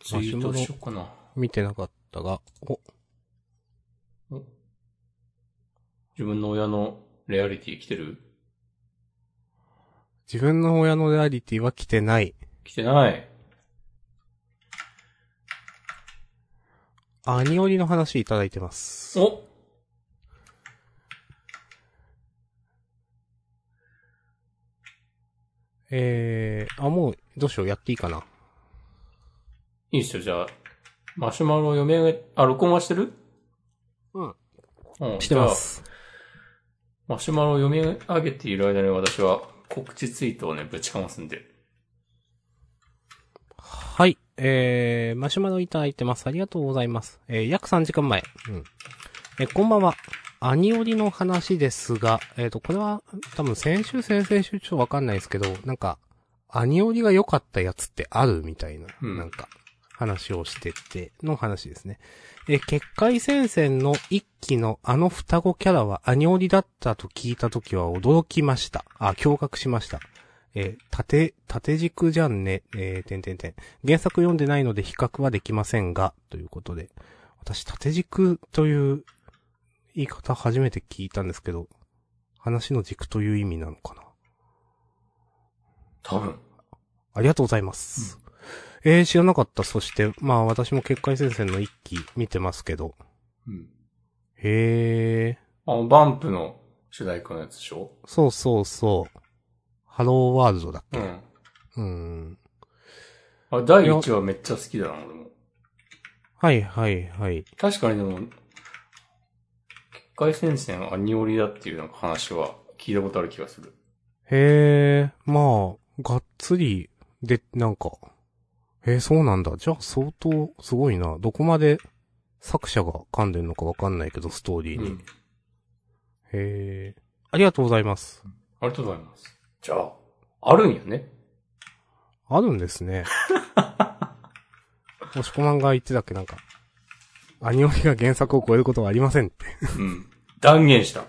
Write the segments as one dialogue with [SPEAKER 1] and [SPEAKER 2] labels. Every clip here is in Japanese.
[SPEAKER 1] ツイートしようかな。
[SPEAKER 2] 見てなかったが、お、
[SPEAKER 1] 自分の親のレアリティ来てる
[SPEAKER 2] 自分の親のレアリティは来てない。
[SPEAKER 1] 来てない。
[SPEAKER 2] アニオリの話いただいてます。
[SPEAKER 1] お
[SPEAKER 2] えー、あ、もう、どうしよう、やっていいかな。
[SPEAKER 1] いいっすよ、じゃあ。マシュマロ読み上げ、あ、録音はしてる
[SPEAKER 2] うん。
[SPEAKER 1] うん。
[SPEAKER 2] してます。
[SPEAKER 1] じゃあ。マシュマロを読み上げている間に私は告知ツイートをね、ぶちかますんで。
[SPEAKER 2] はい。えー、マシュマロいただいてます。ありがとうございます。えー、約3時間前。うん。えーこんばんは。アニオリの話ですが、えっ、と、これは、多分先週、先々週、ちょっとわかんないですけど、なんか、アニオリが良かったやつってあるみたいな、
[SPEAKER 1] うん
[SPEAKER 2] なんか、話をしてて、の話ですね。えー、結界戦線の一期のあの双子キャラはアニオリだったと聞いたときは驚きました。あ、驚愕しました。えー縦、縦軸じゃんね、えー、てんてんてん。原作読んでないので比較はできませんが、ということで。私、縦軸という言い方初めて聞いたんですけど、話の軸という意味なのかな。
[SPEAKER 1] 多分。
[SPEAKER 2] ありがとうございます。えー、知らなかった。そして、まあ私も結界戦線の一期見てますけど。
[SPEAKER 1] うん。
[SPEAKER 2] へえ、
[SPEAKER 1] あの、バンプの主題歌のやつでしょ
[SPEAKER 2] そうそうそう。ハローワールドだっ
[SPEAKER 1] う
[SPEAKER 2] け、
[SPEAKER 1] ん。
[SPEAKER 2] うん
[SPEAKER 1] あ、第1話めっちゃ好きだな、俺も。
[SPEAKER 2] はいはいはい。
[SPEAKER 1] 確かにでも、結界戦線アニオリだっていうなんか話は聞いたことある気がする。
[SPEAKER 2] へえ、まあ、がっつり、で、なんか、えー、そうなんだ。じゃあ相当すごいな。どこまで作者が噛んでんのかわかんないけど、ストーリー
[SPEAKER 1] う
[SPEAKER 2] に。
[SPEAKER 1] ん。
[SPEAKER 2] へえ、ありがとうございます。
[SPEAKER 1] ありがとうございます。じゃあ、あるんやね。
[SPEAKER 2] あるんで すね。押しこまんが言ってたっけなんか、アニオリが原作を超えることはありませんって。
[SPEAKER 1] うん。断言した。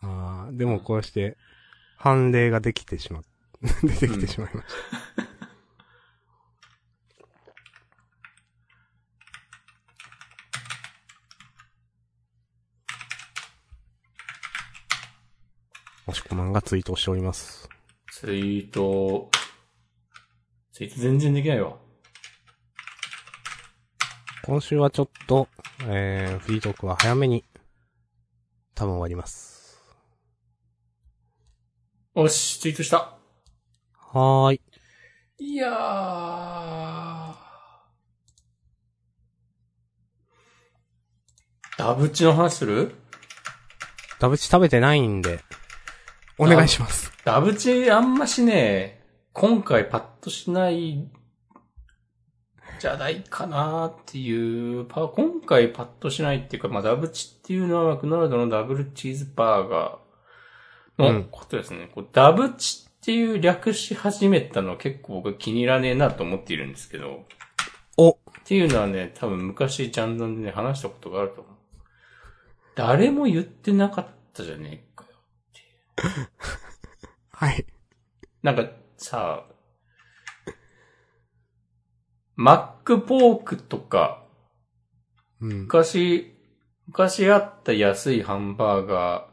[SPEAKER 2] ああ、でもこうして、判例ができてしまっ、 出てきてしまいました。もしこまんがツイートをしております。
[SPEAKER 1] ツイート、ツイート全然できないわ。
[SPEAKER 2] 今週はちょっと、えー、フリートークは早めに、多分終わります。
[SPEAKER 1] よし、ツイートした。
[SPEAKER 2] はーい。
[SPEAKER 1] いやー。ダブチの話する
[SPEAKER 2] ダブチ食べてないんで、お願いします。
[SPEAKER 1] ダブチあんましね、今回パッとしない、じゃないかなっていう、パ今回パッとしないっていうか、まあ、ダブチっていうのはマクドナルドのダブルチーズバーガー
[SPEAKER 2] うん
[SPEAKER 1] のことですね。こうダブチっていう略し始めたの結構僕気に入らねえなと思っているんですけど、
[SPEAKER 2] お、
[SPEAKER 1] っていうのはね、多分昔ジャンダンでね、話したことがあると思う。誰も言ってなかったじゃねえかよ。
[SPEAKER 2] はい。
[SPEAKER 1] なんかさ、マックポークとか、
[SPEAKER 2] うん。
[SPEAKER 1] 昔、昔あった安いハンバーガ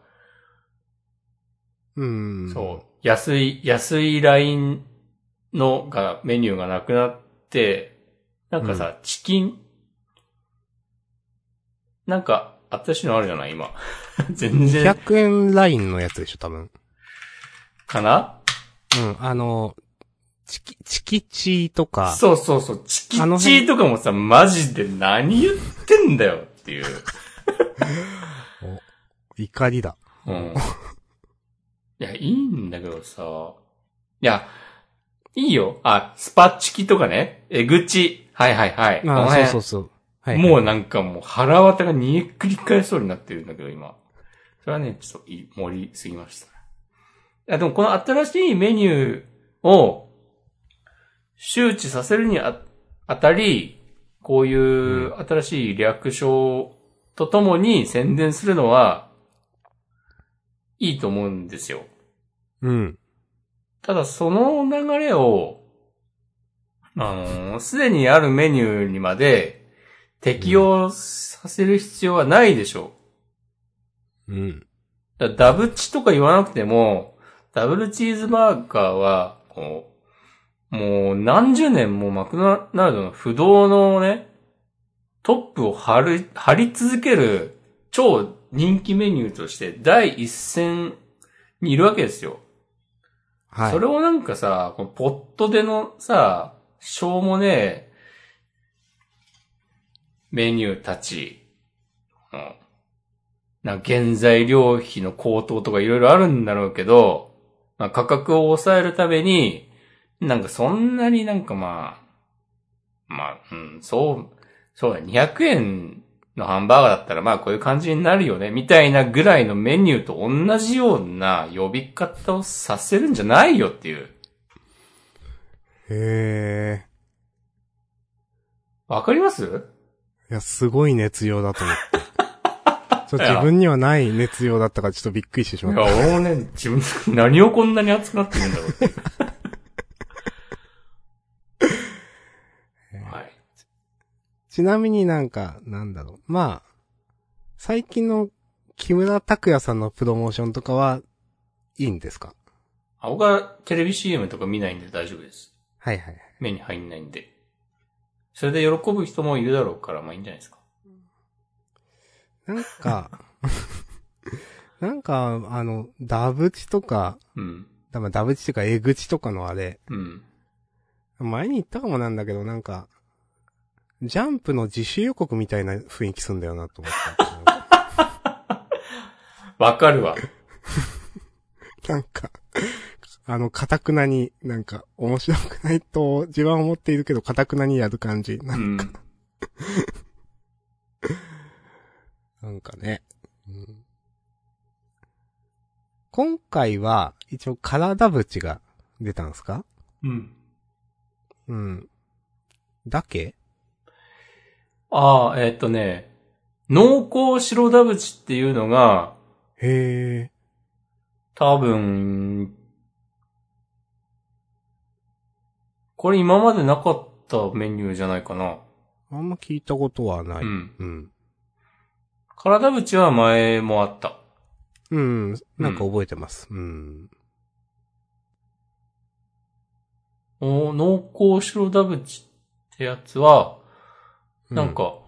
[SPEAKER 2] うん。
[SPEAKER 1] ー、そう、安い、安いラインのが、メニューがなくなって、なんかさ、チキン、なんか、私のあるじゃない今。 全然、
[SPEAKER 2] 100円ラインのやつでしょ、多分。
[SPEAKER 1] かな
[SPEAKER 2] うん、あの、チキ、チキチーとか、
[SPEAKER 1] そうそうそう、チキチ
[SPEAKER 2] あの辺
[SPEAKER 1] ーとかもさ、マジで何言ってんだよっていう。
[SPEAKER 2] 怒りだ。
[SPEAKER 1] うん。いや、いいんだけどさ。いや、いいよ。あ、スパチキとかね。えぐち。はいはいはい。この
[SPEAKER 2] あ
[SPEAKER 1] 辺
[SPEAKER 2] そうそうそう。はい。
[SPEAKER 1] も
[SPEAKER 2] う、
[SPEAKER 1] うなんかもう腹渡が煮えくり返しそうになってるんだけど、今。それはね、ちょっとい盛りすぎました。いや、でもこの新しいメニューを周知させるにああたり、こういう新しい略称とともに宣伝するのは、いいと思うんですよ。
[SPEAKER 2] うん。
[SPEAKER 1] ただその流れを、あの、すでにあるメニューにまで適用させる必要はないでしょ
[SPEAKER 2] うん。
[SPEAKER 1] う。だからダブチとか言わなくても、ダブルチーズバーガーは、こう、もう何十年もマクドナルドの不動のね、トップを張る、張り続ける超人気メニューとして第一線にいるわけですよ。
[SPEAKER 2] はい。
[SPEAKER 1] それをなんかさ、このポットでのさ、しょうもねえ、メニューたち、うんなんか原材料費の高騰とかいろいろあるんだろうけど、まあ、価格を抑えるために、なんかそんなになんかまあ、まあ、うん、そう、そうだ、200円のハンバーガーだったらまあこういう感じになるよね、みたいなぐらいのメニューと同じような呼び方をさせるんじゃないよっていう。
[SPEAKER 2] へ
[SPEAKER 1] わかります
[SPEAKER 2] ー。いや、すごい熱量だと思 った。ちょっと自分にはない熱量だったからちょっとびっくりしてし
[SPEAKER 1] い
[SPEAKER 2] まっ
[SPEAKER 1] や、
[SPEAKER 2] た。
[SPEAKER 1] 俺もね、自分、何をこんなに熱くなってるんだろうって。はい。
[SPEAKER 2] ちなみになんか、なんだろう。まあ、最近の木村拓哉さんのプロモーションとかは、いいんですか
[SPEAKER 1] あ、僕はテレビ CM とか見ないんで大丈夫です。
[SPEAKER 2] はいはいはい。
[SPEAKER 1] 目に入んないんで。それで喜ぶ人もいるだろうから、まあいいんじゃないですか。
[SPEAKER 2] なんか、なんか、あの、ダブチとか、
[SPEAKER 1] うん。
[SPEAKER 2] だまあダブチとかエグチとかのあれ、
[SPEAKER 1] うん。
[SPEAKER 2] 前に言ったかもなんだけど、なんか、ジャンプの自主予告みたいな雰囲気すんだよなと 思った。
[SPEAKER 1] わかるわ。
[SPEAKER 2] なんか、あの、かたくなに、なんか、面白くないと、自分は思っているけど、かたくなにやる感じ。な
[SPEAKER 1] うん。
[SPEAKER 2] なんかね。うん今回は、一応、カラダブチが出たんですか
[SPEAKER 1] うん。
[SPEAKER 2] うん。だけ
[SPEAKER 1] ああ、えーっとね、濃厚白ダブチっていうのが、
[SPEAKER 2] へえ。
[SPEAKER 1] 多分、これ今までなかったメニューじゃないかな。
[SPEAKER 2] あんま聞いたことはない。
[SPEAKER 1] うん。
[SPEAKER 2] うん。
[SPEAKER 1] 体縁は前もあった。
[SPEAKER 2] うん。なんか覚えてます。うん。
[SPEAKER 1] お濃厚白ダブチってやつは、
[SPEAKER 2] う
[SPEAKER 1] なんか、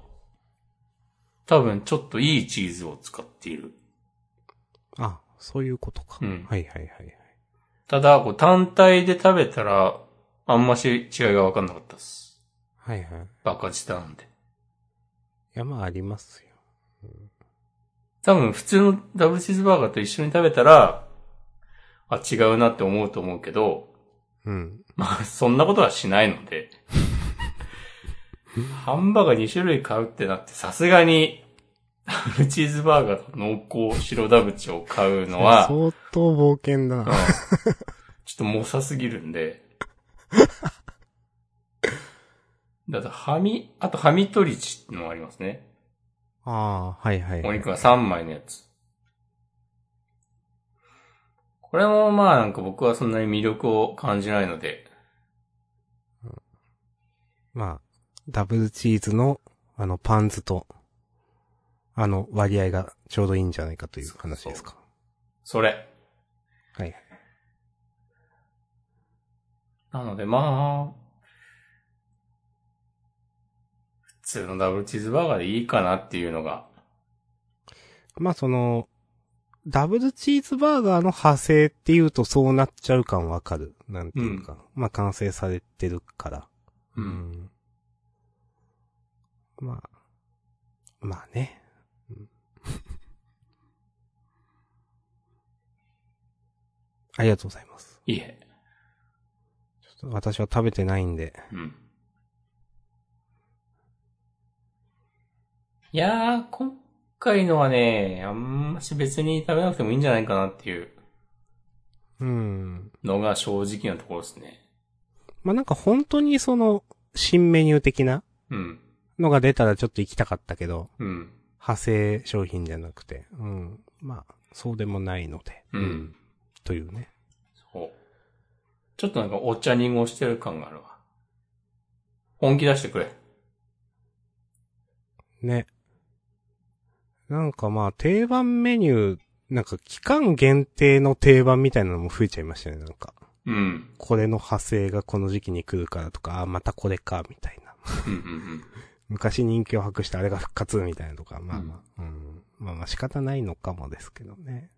[SPEAKER 1] 多分ちょっといいチーズを使っている。
[SPEAKER 2] あ、そういうことか。
[SPEAKER 1] うん
[SPEAKER 2] はいはいはい。
[SPEAKER 1] ただ、こう単体で食べたら、あんまし違いがわかんなかったです。
[SPEAKER 2] はいはい。い
[SPEAKER 1] バカ舌なんで。
[SPEAKER 2] や、まあありますよ。
[SPEAKER 1] 多分普通のダブルチーズバーガーと一緒に食べたら、あ、違うなって思うと思うけど、
[SPEAKER 2] うん。
[SPEAKER 1] まあ、そんなことはしないので。ハンバーガー2種類買うってなって、さすがに、ダブルチーズバーガーと濃厚白ダブチを買うのは、うん
[SPEAKER 2] 相当冒険だ
[SPEAKER 1] ちょ
[SPEAKER 2] な。
[SPEAKER 1] っと猛者すぎるんで。だと、はみ、あと、はみとりちってのもありますね。
[SPEAKER 2] ああ、はいはい
[SPEAKER 1] お
[SPEAKER 2] はい。
[SPEAKER 1] 肉が3枚のやつ。これもまあなんか僕はそんなに魅力を感じないので、
[SPEAKER 2] まあ、ダブルチーズの、あの、パンズと、あの、割合がちょうどいいんじゃないかという話ですか。
[SPEAKER 1] それ。
[SPEAKER 2] はいはい。
[SPEAKER 1] なのでまあ、普通のダブルチーズバーガーでいいかなっていうのが、
[SPEAKER 2] まあその、ダブルチーズバーガーの派生っていうとそうなっちゃう感わかる。なんていうか。まあ完成されてるから。
[SPEAKER 1] うん
[SPEAKER 2] んまあ、まあね。うんありがとうございます。
[SPEAKER 1] いいえ。
[SPEAKER 2] ちょっと私は食べてないんで。
[SPEAKER 1] うん。いやー、今回のはね、あんまし別に食べなくてもいいんじゃないかなっていう
[SPEAKER 2] うん。
[SPEAKER 1] のが正直なところですね。
[SPEAKER 2] まあなんか本当にその、新メニュー的な
[SPEAKER 1] うん。
[SPEAKER 2] のが出たらちょっと行きたかったけど。
[SPEAKER 1] うん。
[SPEAKER 2] 派生商品じゃなくて、うん。まあ、そうでもないので、
[SPEAKER 1] うん
[SPEAKER 2] というね。
[SPEAKER 1] そう。ちょっとなんかお茶濁してる感があるわ。本気出してくれ。
[SPEAKER 2] ね。なんかまあ、定番メニュー、なんか期間限定の定番みたいなのも増えちゃいましたね、なんか。
[SPEAKER 1] うん。
[SPEAKER 2] これの派生がこの時期に来るからとか、あ、またこれか、みたいな。
[SPEAKER 1] うんうん
[SPEAKER 2] 昔人気を博したあれが復活みたいなのとか、まあまあ、うん。まあまあ仕方ないのかもですけどね。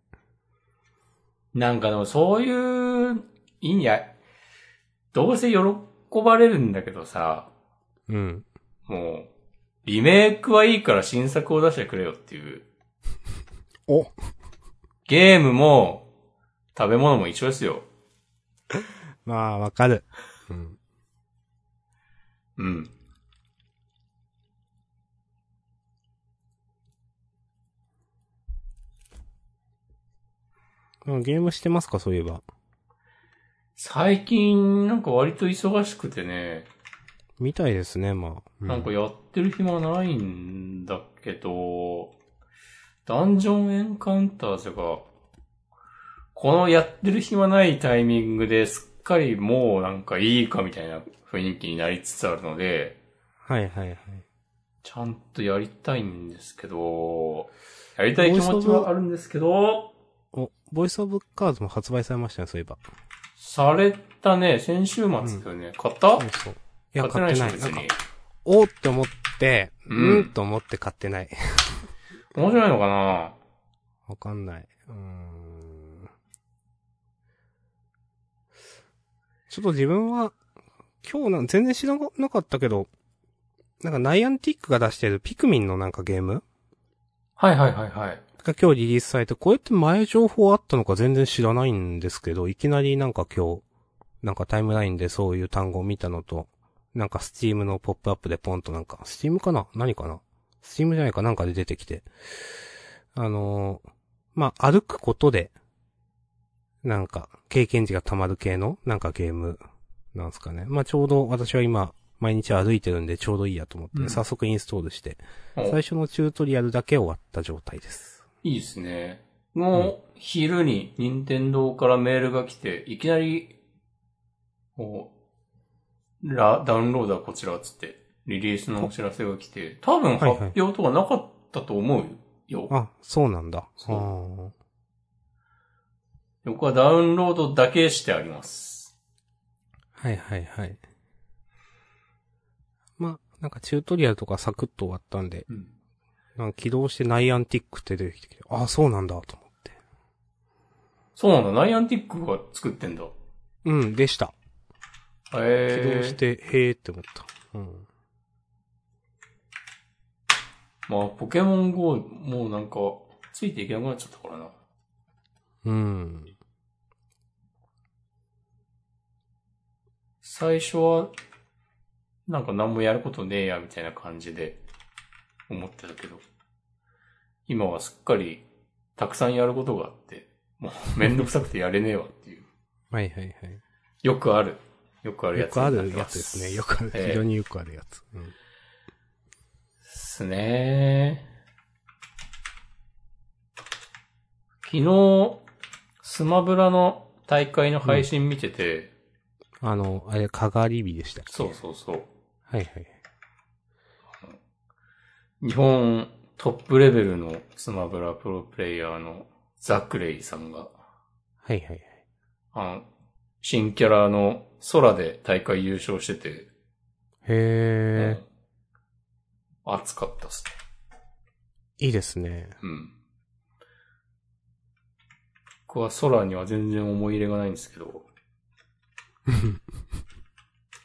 [SPEAKER 1] うん。なんかでもそういう、いいんや。どうせ喜ばれるんだけどさ、
[SPEAKER 2] うん。
[SPEAKER 1] もう、リメイクはいいから新作を出してくれよっていう。
[SPEAKER 2] お
[SPEAKER 1] ゲームも、食べ物も一緒ですよ。
[SPEAKER 2] まあ、わかる。うん。
[SPEAKER 1] うん。
[SPEAKER 2] まあゲームしてますか、そういえば。
[SPEAKER 1] 最近、なんか割と忙しくてね、
[SPEAKER 2] みたいですね、まあ。う
[SPEAKER 1] なんかやってる暇ないんだけど、ダンジョンエンカウンターズが、このやってる暇ないタイミングですっかりもうなんかいいかみたいな雰囲気になりつつあるので、
[SPEAKER 2] はいはいはい。
[SPEAKER 1] ちゃんとやりたいんですけど、やりたい気持ちはあるんですけど、
[SPEAKER 2] お、ボイスオブカードも発売されましたね、そういえば。
[SPEAKER 1] されたね、先週末だよね。買った
[SPEAKER 2] そうそう。いや、
[SPEAKER 1] 買
[SPEAKER 2] 買っ
[SPEAKER 1] っててな
[SPEAKER 2] ない
[SPEAKER 1] でしょ、
[SPEAKER 2] い。なん
[SPEAKER 1] 別
[SPEAKER 2] か
[SPEAKER 1] に。。
[SPEAKER 2] おーって思って、う
[SPEAKER 1] うん
[SPEAKER 2] ーんと思って買ってない。
[SPEAKER 1] 面白いのかな
[SPEAKER 2] わかんない。うーん。ちょっと自分は、今日なん、全然知らなかったけど、なんかナイアンティックが出してるピクミンのなんかゲーム
[SPEAKER 1] はいはいはいはい。
[SPEAKER 2] が今日リリースされて、これって前情報あったのか全然知らないんですけど、いきなりなんか今日、なんかタイムラインでそういう単語を見たのと、なんかスチームのポップアップでポンとなんか、スチームかな何かなスチームじゃないかなんかで出てきて。あのーまあ、歩くことで、なんか、経験値が溜まる系の、なんかゲーム、なんですかね。まあ、ちょうど私は今、毎日歩いてるんでちょうどいいやと思って、
[SPEAKER 1] うん
[SPEAKER 2] 早速インストールして、
[SPEAKER 1] お
[SPEAKER 2] 最初のチュートリアルだけ終わった状態です。
[SPEAKER 1] いいですね。もう、昼に任天堂からメールが来て、いきなり、こう、ラ、ダウンロードはこちらっつって、リリースのお知らせが来て、多分
[SPEAKER 2] はいはい
[SPEAKER 1] 発表とかなかったと思うよ。
[SPEAKER 2] あ、そうなんだ。
[SPEAKER 1] そう
[SPEAKER 2] あ
[SPEAKER 1] 僕はダウンロードだけしてあります。
[SPEAKER 2] ーはいはいはい。まあ、なんかチュートリアルとかサクッと終わったんで、
[SPEAKER 1] うん。
[SPEAKER 2] なんか起動してナイアンティックって出てきて、ああ、そうなんだと思って。
[SPEAKER 1] そうなんだ、ナイアンティックが作ってんだ。
[SPEAKER 2] うん、でした。起
[SPEAKER 1] え
[SPEAKER 2] 動して、へーって思った。うん。
[SPEAKER 1] まあ、ポケモン GO、もうなんか、ついていけなくなっちゃったからな。
[SPEAKER 2] うん。
[SPEAKER 1] 最初は、なんか何もやることねえや、みたいな感じで、思ってたけど、今はすっかり、たくさんやることがあって、もうめんどくさくてやれねえわっていう。
[SPEAKER 2] はいはいはい。
[SPEAKER 1] よくある。よくあるや
[SPEAKER 2] よ
[SPEAKER 1] つ
[SPEAKER 2] くあるやつですね。よくある。
[SPEAKER 1] ええ
[SPEAKER 2] 非常によくあるやつ。うん。
[SPEAKER 1] ですね。昨日、スマブラの大会の配信見てて、
[SPEAKER 2] あの、あれ、かがり火でしたっけ
[SPEAKER 1] そうそうそう。
[SPEAKER 2] はいはい。
[SPEAKER 1] 日本トップレベルのスマブラプロプレイヤーのザクレイさんが、
[SPEAKER 2] はいはいはい。
[SPEAKER 1] あの、新キャラの空で大会優勝してて、
[SPEAKER 2] へー。
[SPEAKER 1] うん熱かったっすね。
[SPEAKER 2] いいですね。
[SPEAKER 1] うん。僕は空には全然思い入れがないんですけ ど、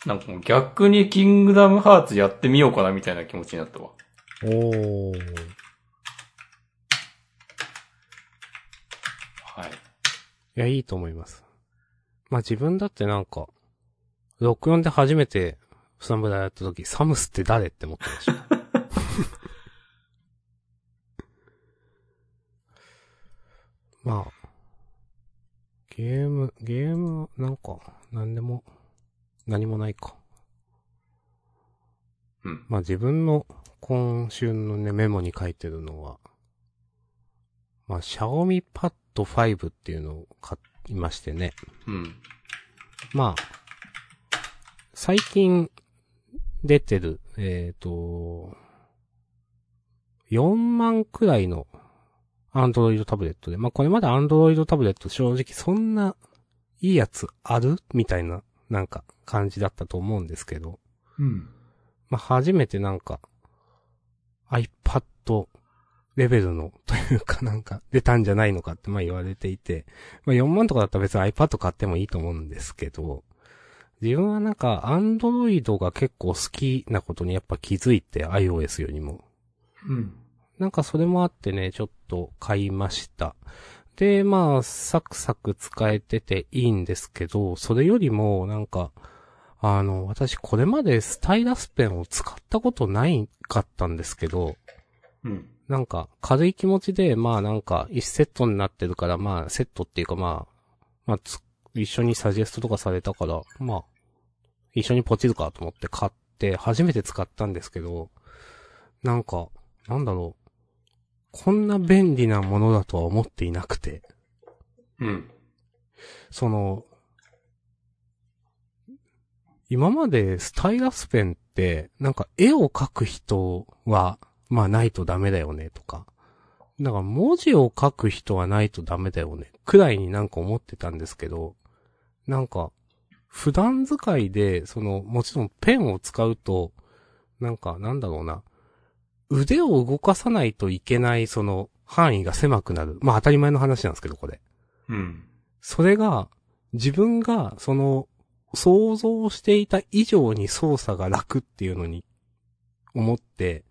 [SPEAKER 1] なんかもう逆にキングダムハーツやってみようかなみたいな気持ちになったわ。
[SPEAKER 2] おー。
[SPEAKER 1] はい。
[SPEAKER 2] いや、いいと思います。まあ、自分だってなんか、64で初めて、スタンブラやった時、サムスって誰って思ってま した。まあ、ゲーム、ゲーム、なんか、なんでも、何もないか。
[SPEAKER 1] うん。
[SPEAKER 2] まあ自分の今週のね、メモに書いてるのは、まあ、Xiaomi Pad 5っていうのを買いましてね。
[SPEAKER 1] うん。
[SPEAKER 2] まあ、最近、出てる、えっ、と、4万くらいのアンドロイドタブレットで、まあ、これまでアンドロイドタブレット正直そんないいやつあるみたいな、なんか感じだったと思うんですけど、
[SPEAKER 1] うん。
[SPEAKER 2] まあ、初めてなんか iPad レベルのというかなんか出たんじゃないのかってまあ言われていて、まあ、4万とかだったら別に iPad 買ってもいいと思うんですけど、自分はなんか Android が結構好きなことにやっぱ気づいて iOS よりも。
[SPEAKER 1] うん。
[SPEAKER 2] なんかそれもあってね、ちょっと買いました。で、まあ、サクサク使えてていいんですけど、それよりも、なんか、あの、私これまでスタイラスペンを使ったことないかったんですけど、
[SPEAKER 1] うん。
[SPEAKER 2] なんか、軽い気持ちで、まあなんか、一セットになってるから、まあ、セットっていうかまあ、まあつ、一緒にサジェストとかされたから、まあ、一緒にポチるかと思って買って、初めて使ったんですけど、なんか、なんだろう。こんな便利なものだとは思っていなくて、
[SPEAKER 1] うん。
[SPEAKER 2] その、今までスタイラスペンって、なんか絵を描く人は、まあないとダメだよねとか、なんか文字を書く人はないとダメだよね、くらいになんか思ってたんですけど、なんか、普段使いで、その、もちろんペンを使うと、なんか、なんだろうな、腕を動かさないといけない、その、範囲が狭くなる。まあ当たり前の話なんですけど、これ。
[SPEAKER 1] うん。
[SPEAKER 2] それが、自分が、その、想像していた以上に操作が楽っていうのに、思って、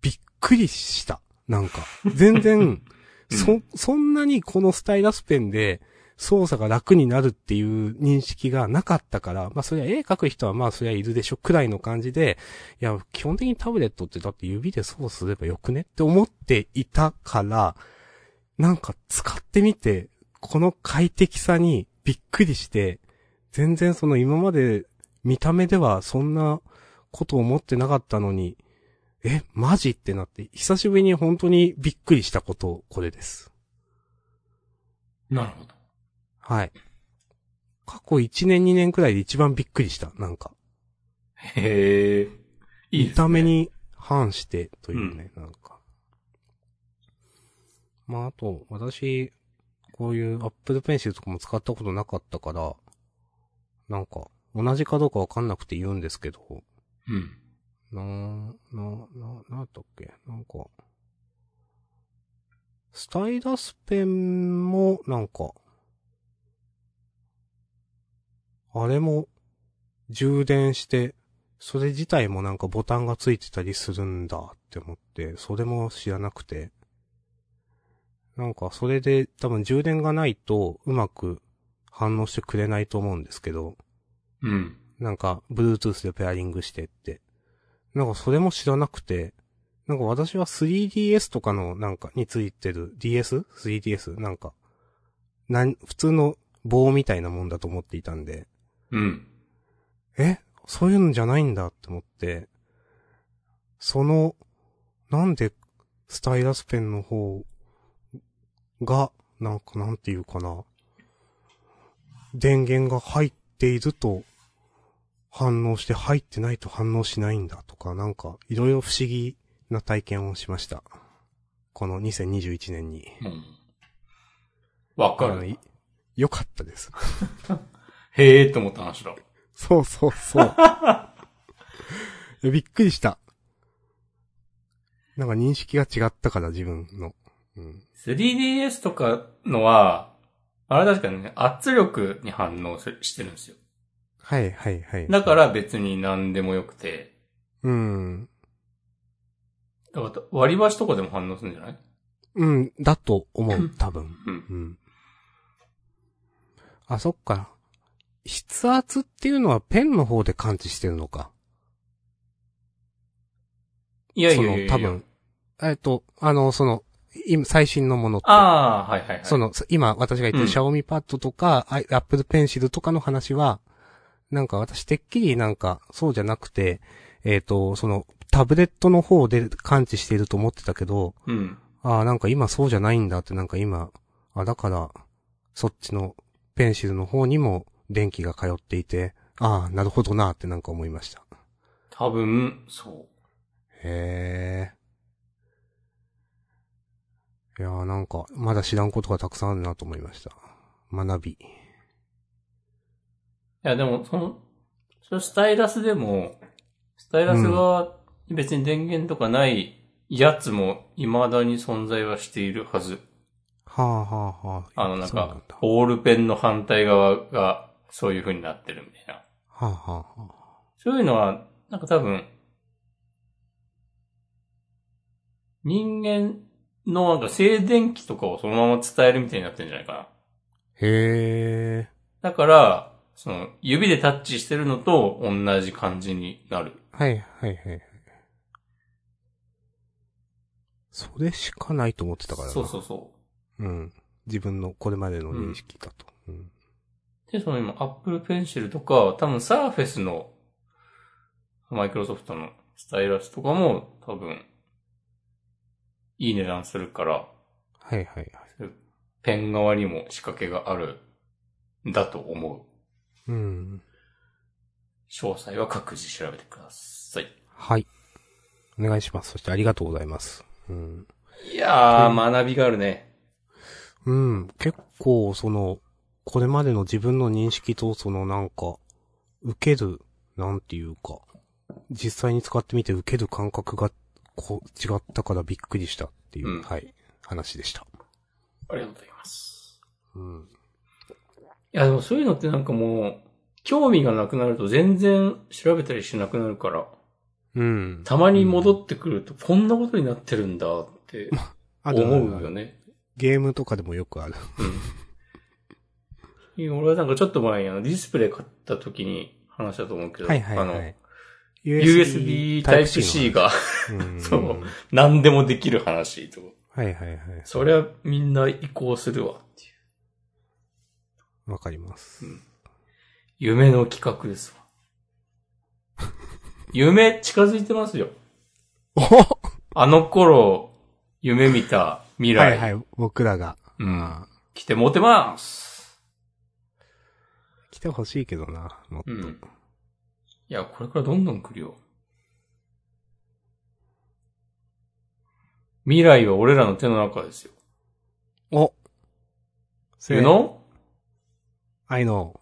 [SPEAKER 2] びっくりした。なんか、全然、そ、そんなにこのスタイラスペンで、操作が楽になるっていう認識がなかったから、まあそりゃ絵描く人はまあそりゃいるでしょくらいの感じで、いや、基本的にタブレットってだって指で操作すればよくねって思っていたから、なんか使ってみて、この快適さにびっくりして、全然その今まで見た目ではそんなこと思ってなかったのに、え、マジってなって、久しぶりに本当にびっくりしたこと、これです。
[SPEAKER 1] なるほど。
[SPEAKER 2] はい。過去1年2年くらいで一番びっくりした、なんか。
[SPEAKER 1] へえ。いいで
[SPEAKER 2] 見
[SPEAKER 1] すね。
[SPEAKER 2] た目に反してというね、なんか。まあ、あと、私、こういう Apple Pencil とかも使ったことなかったから、なんか、同じかどうかわかんなくて言うんですけど、
[SPEAKER 1] うん。
[SPEAKER 2] なーな、な、なんだっけ、なんか、スタイラスペンも、なんか、あれも、充電して、それ自体もなんかボタンがついてたりするんだって思って、それも知らなくて。なんか、それで多分充電がないとうまく反応してくれないと思うんですけど。
[SPEAKER 1] うん。
[SPEAKER 2] なんか、Bluetooth でペアリングしてって。なんかそれも知らなくて、なんか私は 3DS とかのなんかについてる DS?3DS? なんか、なん、普通の棒みたいなもんだと思っていたんで、
[SPEAKER 1] うん。
[SPEAKER 2] えそういうのじゃないんだって思って、その、なんで、スタイラスペンの方が、なんか、なんていうかな、電源が入っていると反応して、入ってないと反応しないんだとか、なんか、いろいろ不思議な体験をしました。この2021年に。
[SPEAKER 1] うん。わか
[SPEAKER 2] あの
[SPEAKER 1] る。
[SPEAKER 2] いよかったです。
[SPEAKER 1] へえと思った話だ。
[SPEAKER 2] そうそうそう。いやびっくりした。なんか認識が違ったから、自分の。うん。
[SPEAKER 1] 3DS とかのは、あれ確かにね、圧力に反応すしてるんですよ。
[SPEAKER 2] はいはいはい。
[SPEAKER 1] だか、ら別に何でもよくて、
[SPEAKER 2] うん。
[SPEAKER 1] だから割り箸とかでも反応するんじゃない
[SPEAKER 2] うん、だと 思う、多分。
[SPEAKER 1] うん。
[SPEAKER 2] うん。あ、そっか。筆圧っていうのはペンの方で感知してるのか。
[SPEAKER 1] いやいやいやいや
[SPEAKER 2] その、多分。。えっと、あの、その、今、最新のものって。
[SPEAKER 1] ああ、はいはいはい。
[SPEAKER 2] その、今私が言って
[SPEAKER 1] うん
[SPEAKER 2] るシャオミパッドとか、アップルペンシルとかの話は、なんか私てっきりなんかそうじゃなくて、えっ、と、そのタブレットの方で感知していると思ってたけど、
[SPEAKER 1] うん。
[SPEAKER 2] ああ、なんか今そうじゃないんだってなんか今、あ、だから、そっちのペンシルの方にも電気が通っていて、ああ、なるほどなってなんか思いました。
[SPEAKER 1] 多分、そ
[SPEAKER 2] へえ。いやーなんか、まだ知らんことがたくさんあるなと思いました。学び。
[SPEAKER 1] う。いや、でも、その、そのスタイラスでも、スタイラスが別に電源とかないやつも未だに存在はしているはず。
[SPEAKER 2] はあはあはあ。
[SPEAKER 1] あの、なん
[SPEAKER 2] そうな
[SPEAKER 1] か
[SPEAKER 2] んだ、は
[SPEAKER 1] ボールペンの反対側がそういう風になってるみたいな。
[SPEAKER 2] あはあはあ。
[SPEAKER 1] そういうのは、なんか多分、人間のなんか静電気とかをそのまま伝えるみたいになってるんじゃないかな。
[SPEAKER 2] へえ。
[SPEAKER 1] だから、その、指でタッチしてるのと同じ感じになる。
[SPEAKER 2] はいはいはい。それしかないと思ってたからな。
[SPEAKER 1] そうそうそ
[SPEAKER 2] うん。自分のこれまでの認識だと。うん。
[SPEAKER 1] う。で、その今、Apple Pencil とか、多分 Surface の、マイクロソフトのスタイラスとかも、多分、いい値段するから、
[SPEAKER 2] はいはいはい。
[SPEAKER 1] ペン側にも仕掛けがある、だと思う。
[SPEAKER 2] うん。
[SPEAKER 1] 詳細は各自調べてください。
[SPEAKER 2] はい。お願いします。そしてありがとうございます。うん。
[SPEAKER 1] いやー、学びがあるね。
[SPEAKER 2] うん。結構、その、これまでの自分の認識と、そのなんか、受ける、なんていうか、実際に使ってみて受ける感覚が、こう、違ったからびっくりしたっていう、
[SPEAKER 1] うん
[SPEAKER 2] はい、話でした。
[SPEAKER 1] ありがとうございます。
[SPEAKER 2] うん。
[SPEAKER 1] いや、でもそういうのってなんかもう、興味がなくなると全然調べたりしなくなるから、
[SPEAKER 2] うん。
[SPEAKER 1] たまに戻ってくると、こんなことになってるんだって
[SPEAKER 2] あと
[SPEAKER 1] 思うよね。
[SPEAKER 2] ゲームとかでもよくある。
[SPEAKER 1] いや俺はなんかちょっと前にあの、ディスプレイ買った時に話だと思うけど、
[SPEAKER 2] はいはい
[SPEAKER 1] あ
[SPEAKER 2] は
[SPEAKER 1] の
[SPEAKER 2] い、。
[SPEAKER 1] USB Type-C が
[SPEAKER 2] うん。
[SPEAKER 1] そう何でもできる話と。
[SPEAKER 2] はいはいはい。
[SPEAKER 1] そりゃみんな移行するわっていう。
[SPEAKER 2] わかります。
[SPEAKER 1] 夢の企画ですわ。夢近づいてますよ。
[SPEAKER 2] お
[SPEAKER 1] あの頃、夢見た未
[SPEAKER 2] は
[SPEAKER 1] 来。
[SPEAKER 2] いはい、僕らが。
[SPEAKER 1] うん。来てモテます。
[SPEAKER 2] 来てほしいけどな、もっと。
[SPEAKER 1] うん。いや、これからどんどん来るよ。未来は俺らの手の中ですよ。
[SPEAKER 2] おせ
[SPEAKER 1] You know?
[SPEAKER 2] I know.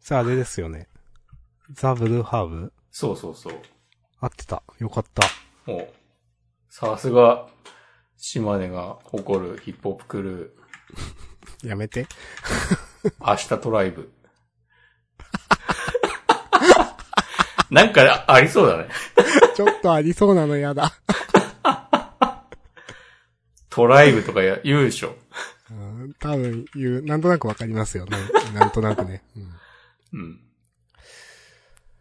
[SPEAKER 2] さあ、あれですよね。ザ・ブルーハーブ
[SPEAKER 1] そうそうそう。
[SPEAKER 2] 合ってた。よかった。
[SPEAKER 1] もう、さすが、島根が誇るヒップホップクルー。
[SPEAKER 2] やめて。
[SPEAKER 1] 明日トライ ブ。なんかありそうだね。
[SPEAKER 2] ちょっとありそうなのやだ。
[SPEAKER 1] トライブとかや言うでしょ。
[SPEAKER 2] うん、多分言う、なんとなくわかりますよね。なんとなくね。うん、
[SPEAKER 1] うん。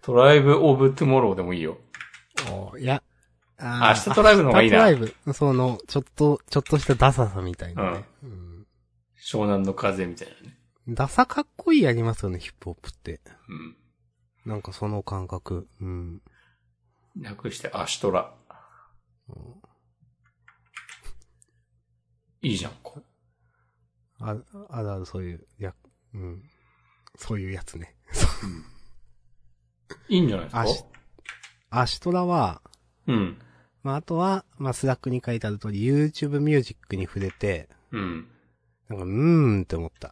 [SPEAKER 1] トライブオブトゥモローでもいいよ。
[SPEAKER 2] おいや。
[SPEAKER 1] 明
[SPEAKER 2] あ
[SPEAKER 1] 日トライブの方がいい
[SPEAKER 2] トラ
[SPEAKER 1] な
[SPEAKER 2] イ。ブ。その、ちょっと、ちょっとしたダサさみたいなね。うん
[SPEAKER 1] 湘南の風みたいなね。
[SPEAKER 2] ダサかっこいいありますよね、ヒップホップって。
[SPEAKER 1] うん。
[SPEAKER 2] なんかその感覚。うん。
[SPEAKER 1] 略してアシトラ。いいじゃん、こ
[SPEAKER 2] あ、あるあるそういう、や、うん。そういうやつね。
[SPEAKER 1] う。いいんじゃないですか
[SPEAKER 2] アシアシトラは、
[SPEAKER 1] うん。
[SPEAKER 2] まあ、あとは、まあ、スラックに書いてある通り、YouTube ミュージックに触れて、
[SPEAKER 1] うん。
[SPEAKER 2] なんか、うーんって思った。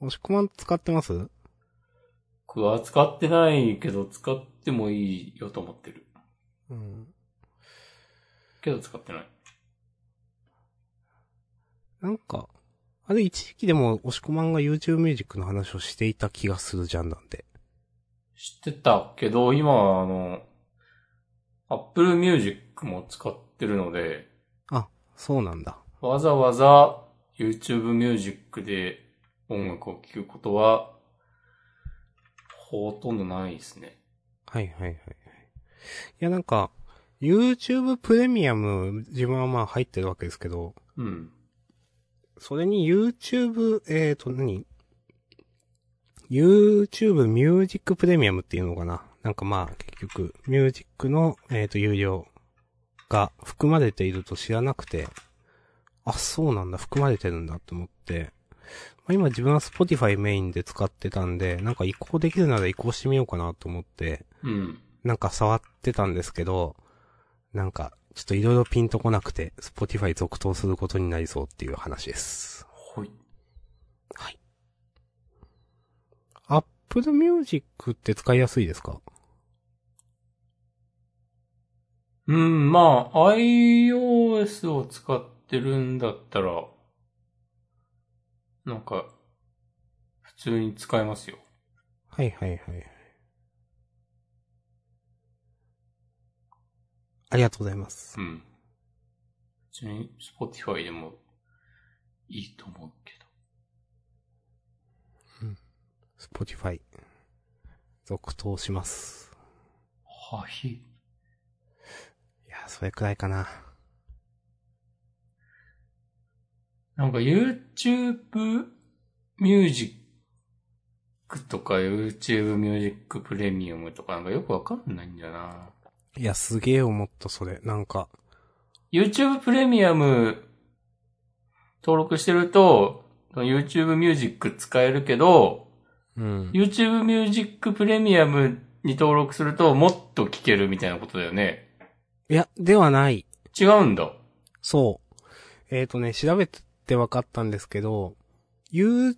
[SPEAKER 2] 押し込まん使ってます
[SPEAKER 1] 僕は使ってないけど、使ってもいいよと思ってる。
[SPEAKER 2] うん。
[SPEAKER 1] けど使ってない。
[SPEAKER 2] なんか、あれ一時期でも押し込まんが YouTube ミュージックの話をしていた気がするじゃんなんで。
[SPEAKER 1] 知ってたけど、今はあの、Apple Music も使ってるので、
[SPEAKER 2] あ、そうなんだ。
[SPEAKER 1] わざわざ YouTube Music で音楽を聴くことは、ほとんどないですね。
[SPEAKER 2] はいはいはいはい。いやなんか、YouTube プレミアム、自分はまあ入ってるわけですけど、
[SPEAKER 1] うん。
[SPEAKER 2] それに YouTube、えーと、何 ?YouTube ミュージックプレミアムっていうのかななんかまあ、結局、ミュージックの、えーと、有料が含まれていると知らなくて、あ、そうなんだ、含まれてるんだと思って、まあ、今自分は Spotify メインで使ってたんで、なんか移行できるなら移行してみようかなと思って、
[SPEAKER 1] うん。
[SPEAKER 2] なんか触ってたんですけど、なんか、ちょっといろいろピンとこなくて、Spotify 続投することになりそうっていう話です。
[SPEAKER 1] ほい。
[SPEAKER 2] Apple Music って使いやすいですか
[SPEAKER 1] うん、まあ、iOS を使ってるんだったら、なんか、普通に使えますよ。
[SPEAKER 2] はいはいはい。ありがとうございます。
[SPEAKER 1] うん。普通に Spotify でもいいと思うけ
[SPEAKER 2] Spotify。続投します。
[SPEAKER 1] ど。はい。
[SPEAKER 2] いや、それくらいかな。
[SPEAKER 1] なんか YouTube Music とか YouTube Music プレミアムとかなんかよくわかんないんだよな。
[SPEAKER 2] いや、すげえ思った、それ。なんか、
[SPEAKER 1] YouTube プレミアム登録してると、YouTube Music 使えるけど、
[SPEAKER 2] うん。
[SPEAKER 1] YouTube Music プレミアムに登録するともっと聴けるみたいなことだよね。
[SPEAKER 2] いや、ではない。
[SPEAKER 1] 違うんだ。
[SPEAKER 2] そう。えっ、とね、調べて分かったんですけど、YouTube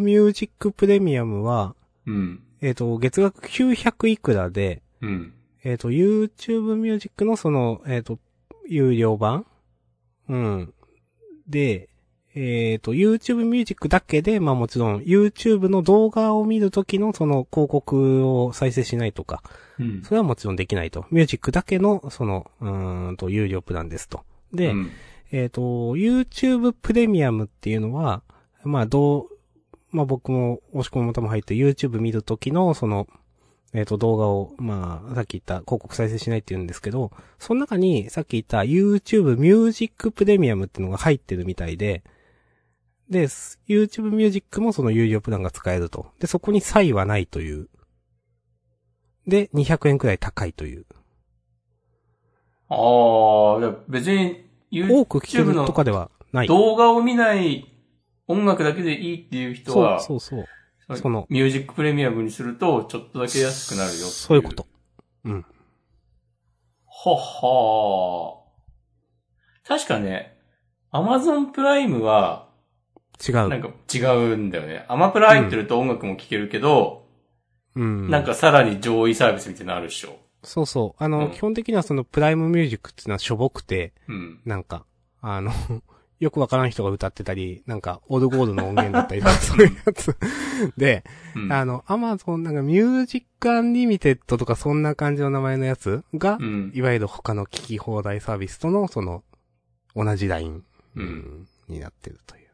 [SPEAKER 2] Music Premium は、
[SPEAKER 1] うん。
[SPEAKER 2] えっ、と、月額900いくらで、
[SPEAKER 1] うん。
[SPEAKER 2] えっ、と、YouTube Music のその、えっ、と、有料版うん。で、えっ、と、YouTube Music だけで、まあもちろん、YouTube の動画を見るときのその広告を再生しないとか、
[SPEAKER 1] うん。
[SPEAKER 2] それはもちろんできないと。ミュージックだけの、その、うーんと、有料プランですと。で、
[SPEAKER 1] うん
[SPEAKER 2] えっ、と、YouTube プレミアムっていうのは、まあ、どう、まあ僕も、押し込みもとも入って YouTube 見るときの、その、えっ、と、動画を、まあ、さっき言った広告再生しないって言うんですけど、その中に、さっき言った YouTube Music プレミアムっていうのが入ってるみたいで、で、YouTube Music もその有料プランが使えると。で、そこに差異はないという。で、200円くらい高いという。
[SPEAKER 1] ああ、いや別に
[SPEAKER 2] 多く聞け
[SPEAKER 1] YouTube
[SPEAKER 2] ると
[SPEAKER 1] の
[SPEAKER 2] かではない。
[SPEAKER 1] 動画を見ない音楽だけでいいっていう人
[SPEAKER 2] そう
[SPEAKER 1] は、
[SPEAKER 2] そうそう。
[SPEAKER 1] はい
[SPEAKER 2] その
[SPEAKER 1] ミュージックプレミアムにするとちょっとだけ安くなるよって
[SPEAKER 2] そういうこと。。
[SPEAKER 1] ははー確かね、アマゾンプライムは、
[SPEAKER 2] 違
[SPEAKER 1] な
[SPEAKER 2] う。
[SPEAKER 1] んか違うんだよね。アマプラ入ってると音楽も聴けるけど、
[SPEAKER 2] うん。
[SPEAKER 1] なんかさらに上位サービスみたいなのあるでしょ。
[SPEAKER 2] そうそう。あの、
[SPEAKER 1] うん
[SPEAKER 2] 基本的にはそのプライムミュージックっていうのはしょぼくて、
[SPEAKER 1] うん。
[SPEAKER 2] なんか、あの、 よくわからん人が歌ってたり、なんか、オールゴールの音源だったりと か、そういうやつ。で、
[SPEAKER 1] うん。
[SPEAKER 2] あの、アマゾンなんか、ミュージックアンリミテッドとか、そんな感じの名前のやつが、
[SPEAKER 1] うん
[SPEAKER 2] いわゆる他の聞き放題サービスとの、その、同じライン、
[SPEAKER 1] うん
[SPEAKER 2] うんになってるという。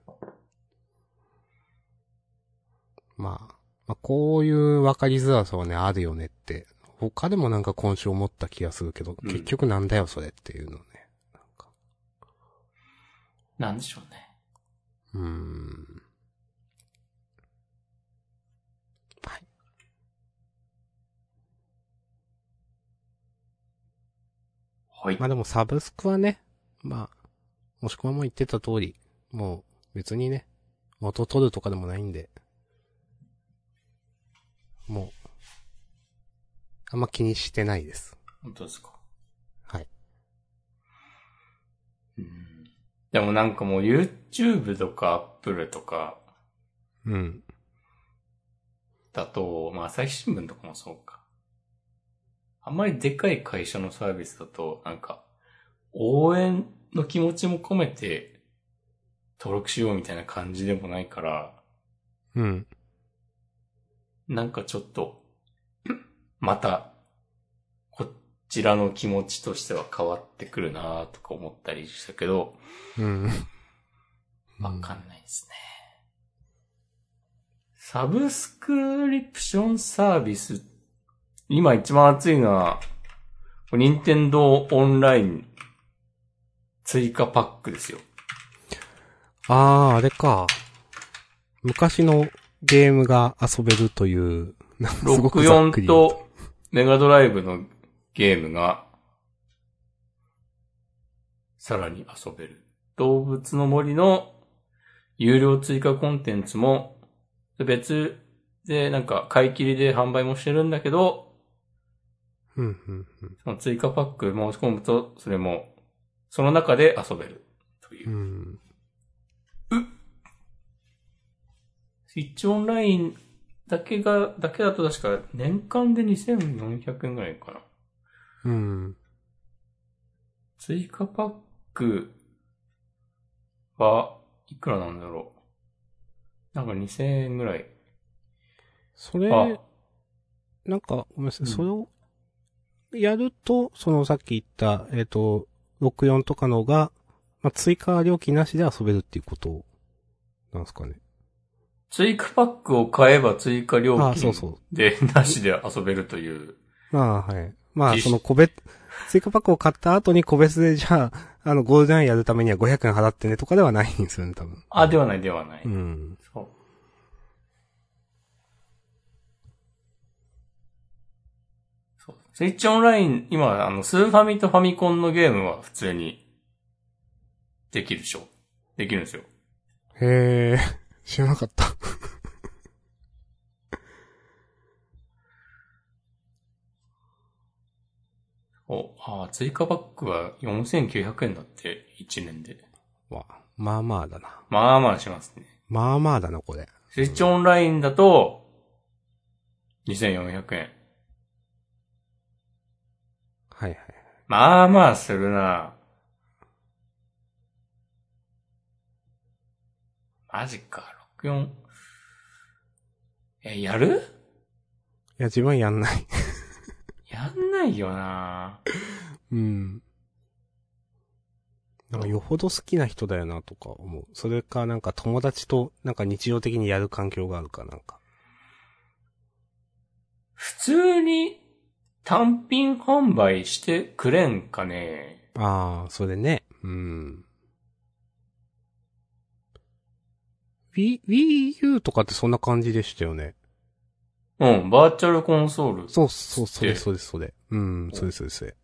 [SPEAKER 2] まあ、まあ、こういう分かりづらさはね、あるよねって。他でもなんか今週思った気がするけど、
[SPEAKER 1] うん
[SPEAKER 2] 結局なんだよ、それっていうのね。
[SPEAKER 1] なんでしょうね。
[SPEAKER 2] うーん。はい。
[SPEAKER 1] はい
[SPEAKER 2] ま。あでもサブスクはね、まあ、もしくはもう言ってた通り、もう別にね、元取るとかでもないんで、もう、あんま気にしてないです。
[SPEAKER 1] 本当ですか。
[SPEAKER 2] はい。
[SPEAKER 1] うん。でもなんかもう YouTube とか Apple とか
[SPEAKER 2] うん。
[SPEAKER 1] だと、まあ朝日新聞とかもそうか。あんまりでかい会社のサービスだと、なんか、応援の気持ちも込めて登録しようみたいな感じでもないから、
[SPEAKER 2] うん。
[SPEAKER 1] なんかちょっと、 また、こちらの気持ちとしては変わってくるなぁとか思ったりしたけど、
[SPEAKER 2] うん。
[SPEAKER 1] わかんないですね。サブスクリプションサービス。今一番熱いのは、任天堂オンライン追加パックですよ。
[SPEAKER 2] あー、あれか。昔のゲームが遊べるという、なんかすごくざっく
[SPEAKER 1] 64
[SPEAKER 2] り。
[SPEAKER 1] とメガドライブのゲームが、さらに遊べる。動物の森の有料追加コンテンツも、別でなんか買い切りで販売もしてるんだけど、
[SPEAKER 2] うん、うん、うん
[SPEAKER 1] その追加パック申し込むと、それも、その中で遊べる。という
[SPEAKER 2] う。ん。
[SPEAKER 1] スイッチオンラインだけが、だけだと確か年間で2400円ぐらいかな。
[SPEAKER 2] うん。
[SPEAKER 1] 追加パックは、いくらなんだろう。なんか2000円ぐらい。
[SPEAKER 2] それ、
[SPEAKER 1] あ、
[SPEAKER 2] なんか、ごめんなさい、
[SPEAKER 1] うん
[SPEAKER 2] それを、やると、そのさっき言った、えっ、と、64とかのが、まあ、追加料金なしで遊べるっていうこと、なんですかね。
[SPEAKER 1] 追加パックを買えば追加料
[SPEAKER 2] ああ、
[SPEAKER 1] 金
[SPEAKER 2] そうそ
[SPEAKER 1] で、なしで遊べるという。
[SPEAKER 2] う。まあ、はい。まあ、
[SPEAKER 1] 実
[SPEAKER 2] その個別、追加パックを買った後に個別で、じゃあ、 あの、ゴールデンアイやるためには500円払ってねとかではないんですよね、多分。
[SPEAKER 1] あ、ではないではない。
[SPEAKER 2] うん。
[SPEAKER 1] そう。そう。スイッチオンライン、今、あの、スーファミとファミコンのゲームは普通に、できるでしょ。できるんですよ。
[SPEAKER 2] へえ、 知らなかった。
[SPEAKER 1] お、あー追加パックは4900円だって、1年で。
[SPEAKER 2] わ、まあまあだな。
[SPEAKER 1] まあまあしますね。
[SPEAKER 2] まあまあだな、これ。
[SPEAKER 1] スイッチオンラインだと、2400円。
[SPEAKER 2] はいはい。
[SPEAKER 1] まあまあするな。マジか、64。え、やる
[SPEAKER 2] いや、自分はやんない。
[SPEAKER 1] やんないよな。
[SPEAKER 2] うん。なんかよほど好きな人だよなとか思う。それかなんか友達となんか日常的にやる環境があるかなんか。
[SPEAKER 1] 普通に単品販売してくれんかね。
[SPEAKER 2] ああ、それね。うん。Wii, Wii U とかってそんな感じでしたよね。
[SPEAKER 1] うん、バーチャルコンソール。
[SPEAKER 2] そうそう、そ
[SPEAKER 1] え
[SPEAKER 2] れそれそれ。うん、それそれそれ。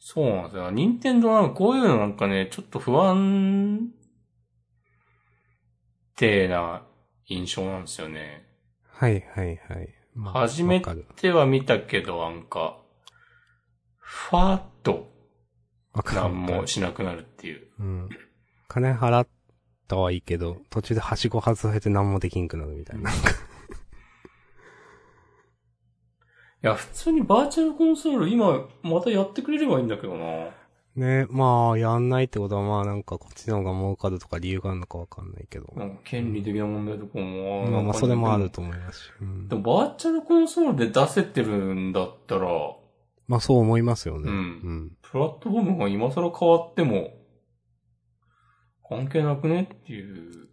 [SPEAKER 1] そうなんですよ。任天堂なんかこういうのなんかね、ちょっと不安定な印象なんですよね。
[SPEAKER 2] はいはいはい。まあ
[SPEAKER 1] 初め
[SPEAKER 2] わかる
[SPEAKER 1] ては見たけど、なんか、ふわっと
[SPEAKER 2] わかる。
[SPEAKER 1] なん
[SPEAKER 2] わか
[SPEAKER 1] も
[SPEAKER 2] る
[SPEAKER 1] しなくなるっていう。
[SPEAKER 2] うん。金払ったはいいけど、途中ではしご外されて何もできんくなるみたいな。
[SPEAKER 1] いや、普通にバーチャルコンソール今またやってくれればいいんだけどな。
[SPEAKER 2] ね、まあ、やんないってことは、まあなんかこっちの方が儲かるとか理由があるのかわかんないけど。
[SPEAKER 1] うん、権利的な問題とかも。
[SPEAKER 2] まあまあ、それもあると
[SPEAKER 1] 思
[SPEAKER 2] 思いますし。うん
[SPEAKER 1] でもバーチャルコンソールで出せてるんだったら、
[SPEAKER 2] まあそう思いますよ
[SPEAKER 1] うん
[SPEAKER 2] ね。うん。
[SPEAKER 1] プラットフォームが今更変わっても、関係なくねっていう、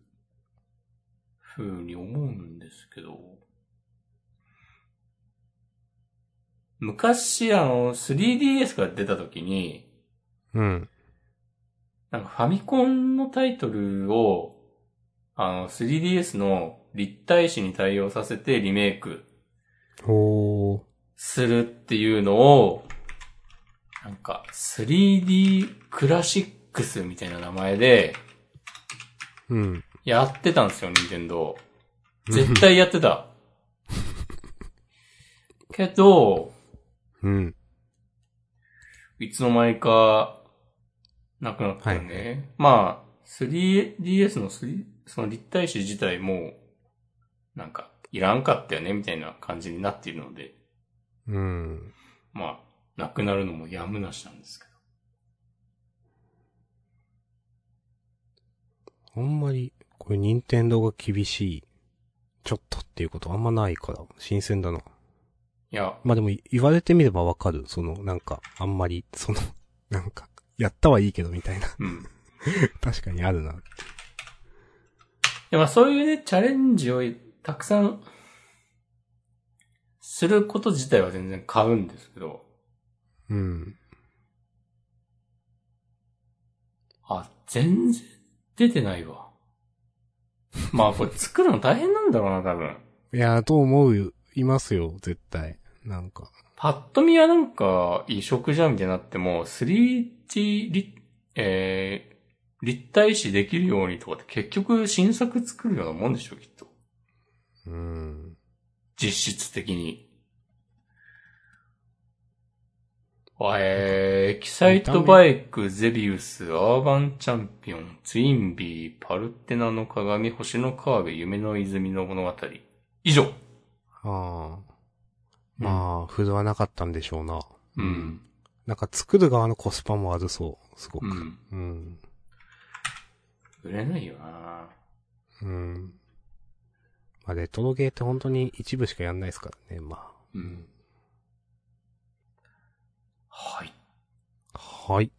[SPEAKER 1] ふうに思うんですけど。昔、あの、3DS が出た時に、
[SPEAKER 2] うん。
[SPEAKER 1] なんかファミコンのタイトルを、あの、3DS の立体詞に対応させてリメイク
[SPEAKER 2] ほー。
[SPEAKER 1] するっていうのを、なんか 3D クラシックスみたいな名前で
[SPEAKER 2] うん。
[SPEAKER 1] やってたんですよ、任天堂。絶対やってた。けど、
[SPEAKER 2] うん。
[SPEAKER 1] いつの間にか、なくなったよね。まあ、3DS の3、その立体視自体も、なんか、いらんかったよね、みたいな感じになっているので、
[SPEAKER 2] うん。
[SPEAKER 1] まあ、なくなるのもやむなしなんですけど。
[SPEAKER 2] あんまり、これ任天堂が厳しい、ちょっとっていうことあんまないから、新鮮だな。
[SPEAKER 1] いや、
[SPEAKER 2] まあでも言われてみればわかる。その、なんか、あんまり、その、 なんか、やったはいいけどみたいな。
[SPEAKER 1] うん。
[SPEAKER 2] 確かにあるな。
[SPEAKER 1] でまあ、そういうね、チャレンジをたくさん、すること自体は全然買うんですけど、
[SPEAKER 2] うん。
[SPEAKER 1] あ、全然出てないわ。まあ、これ作るの大変なんだろうな、多分。
[SPEAKER 2] いや、と思うよ。いますよ、絶対。なんか。
[SPEAKER 1] パッと見はなんか移植じゃんみたいになっても、3D 立、えー、立体視できるようにとかって結局新作作るようなもんでしょ、きっと。
[SPEAKER 2] うん。
[SPEAKER 1] 実質的に。あえー、エキサイトバイク、ゼビウス、アーバンチャンピオン、ツインビー、パルテナの鏡、星のカーブ、夢の泉の物語。以上。
[SPEAKER 2] ああ。まあ、振るわなかったんでしょうな。
[SPEAKER 1] うん。
[SPEAKER 2] なんか作る側のコスパも悪そう、すごく
[SPEAKER 1] う。ん。
[SPEAKER 2] うん。
[SPEAKER 1] 売れないよな
[SPEAKER 2] うん。まあ、レトロゲーって本当に一部しかやんないですからね、ま
[SPEAKER 1] うん。はい。
[SPEAKER 2] あ。はい。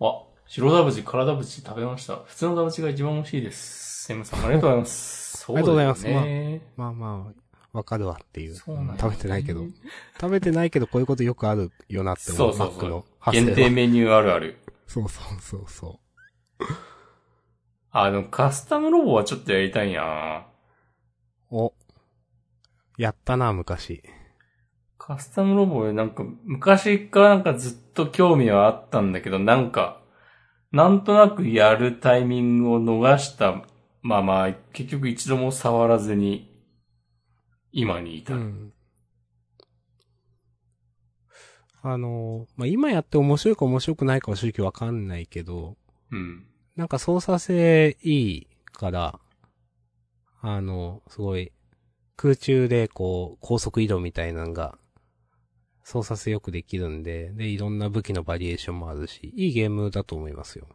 [SPEAKER 1] あ、白ダブチ、カラダブチ食べました。普通のダブチが一番美味しいです。セムさん、ありがとうございます。そ
[SPEAKER 2] ありがとうございます
[SPEAKER 1] だよね
[SPEAKER 2] まあまあ、わかるわっていう。
[SPEAKER 1] そうなんだよね
[SPEAKER 2] 食べてないけど。食べてないけど、こういうことよくあるよなって思う。
[SPEAKER 1] そうそうそう
[SPEAKER 2] マックの発生は
[SPEAKER 1] 限定メニューあるある。
[SPEAKER 2] そうそうそうそ
[SPEAKER 1] あの、カスタムロボはちょっとやりたいな
[SPEAKER 2] う。お。やったな、昔。
[SPEAKER 1] カスタムロボ、なんか、昔からなんかずっと興味はあったんだけど、なんか、なんとなくやるタイミングを逃したまあまあ、結局一度も触らずに、今に至
[SPEAKER 2] う
[SPEAKER 1] る。
[SPEAKER 2] ん。あの、まあ、今やって面白いか面白くないかは正直わかんないけど、
[SPEAKER 1] うん。
[SPEAKER 2] なんか操作性いいから、あの、すごい、空中でこう、高速移動みたいなのが、操作性よくできるんで、で、いろんな武器のバリエーションもあるし、いいゲームだと思いますよ。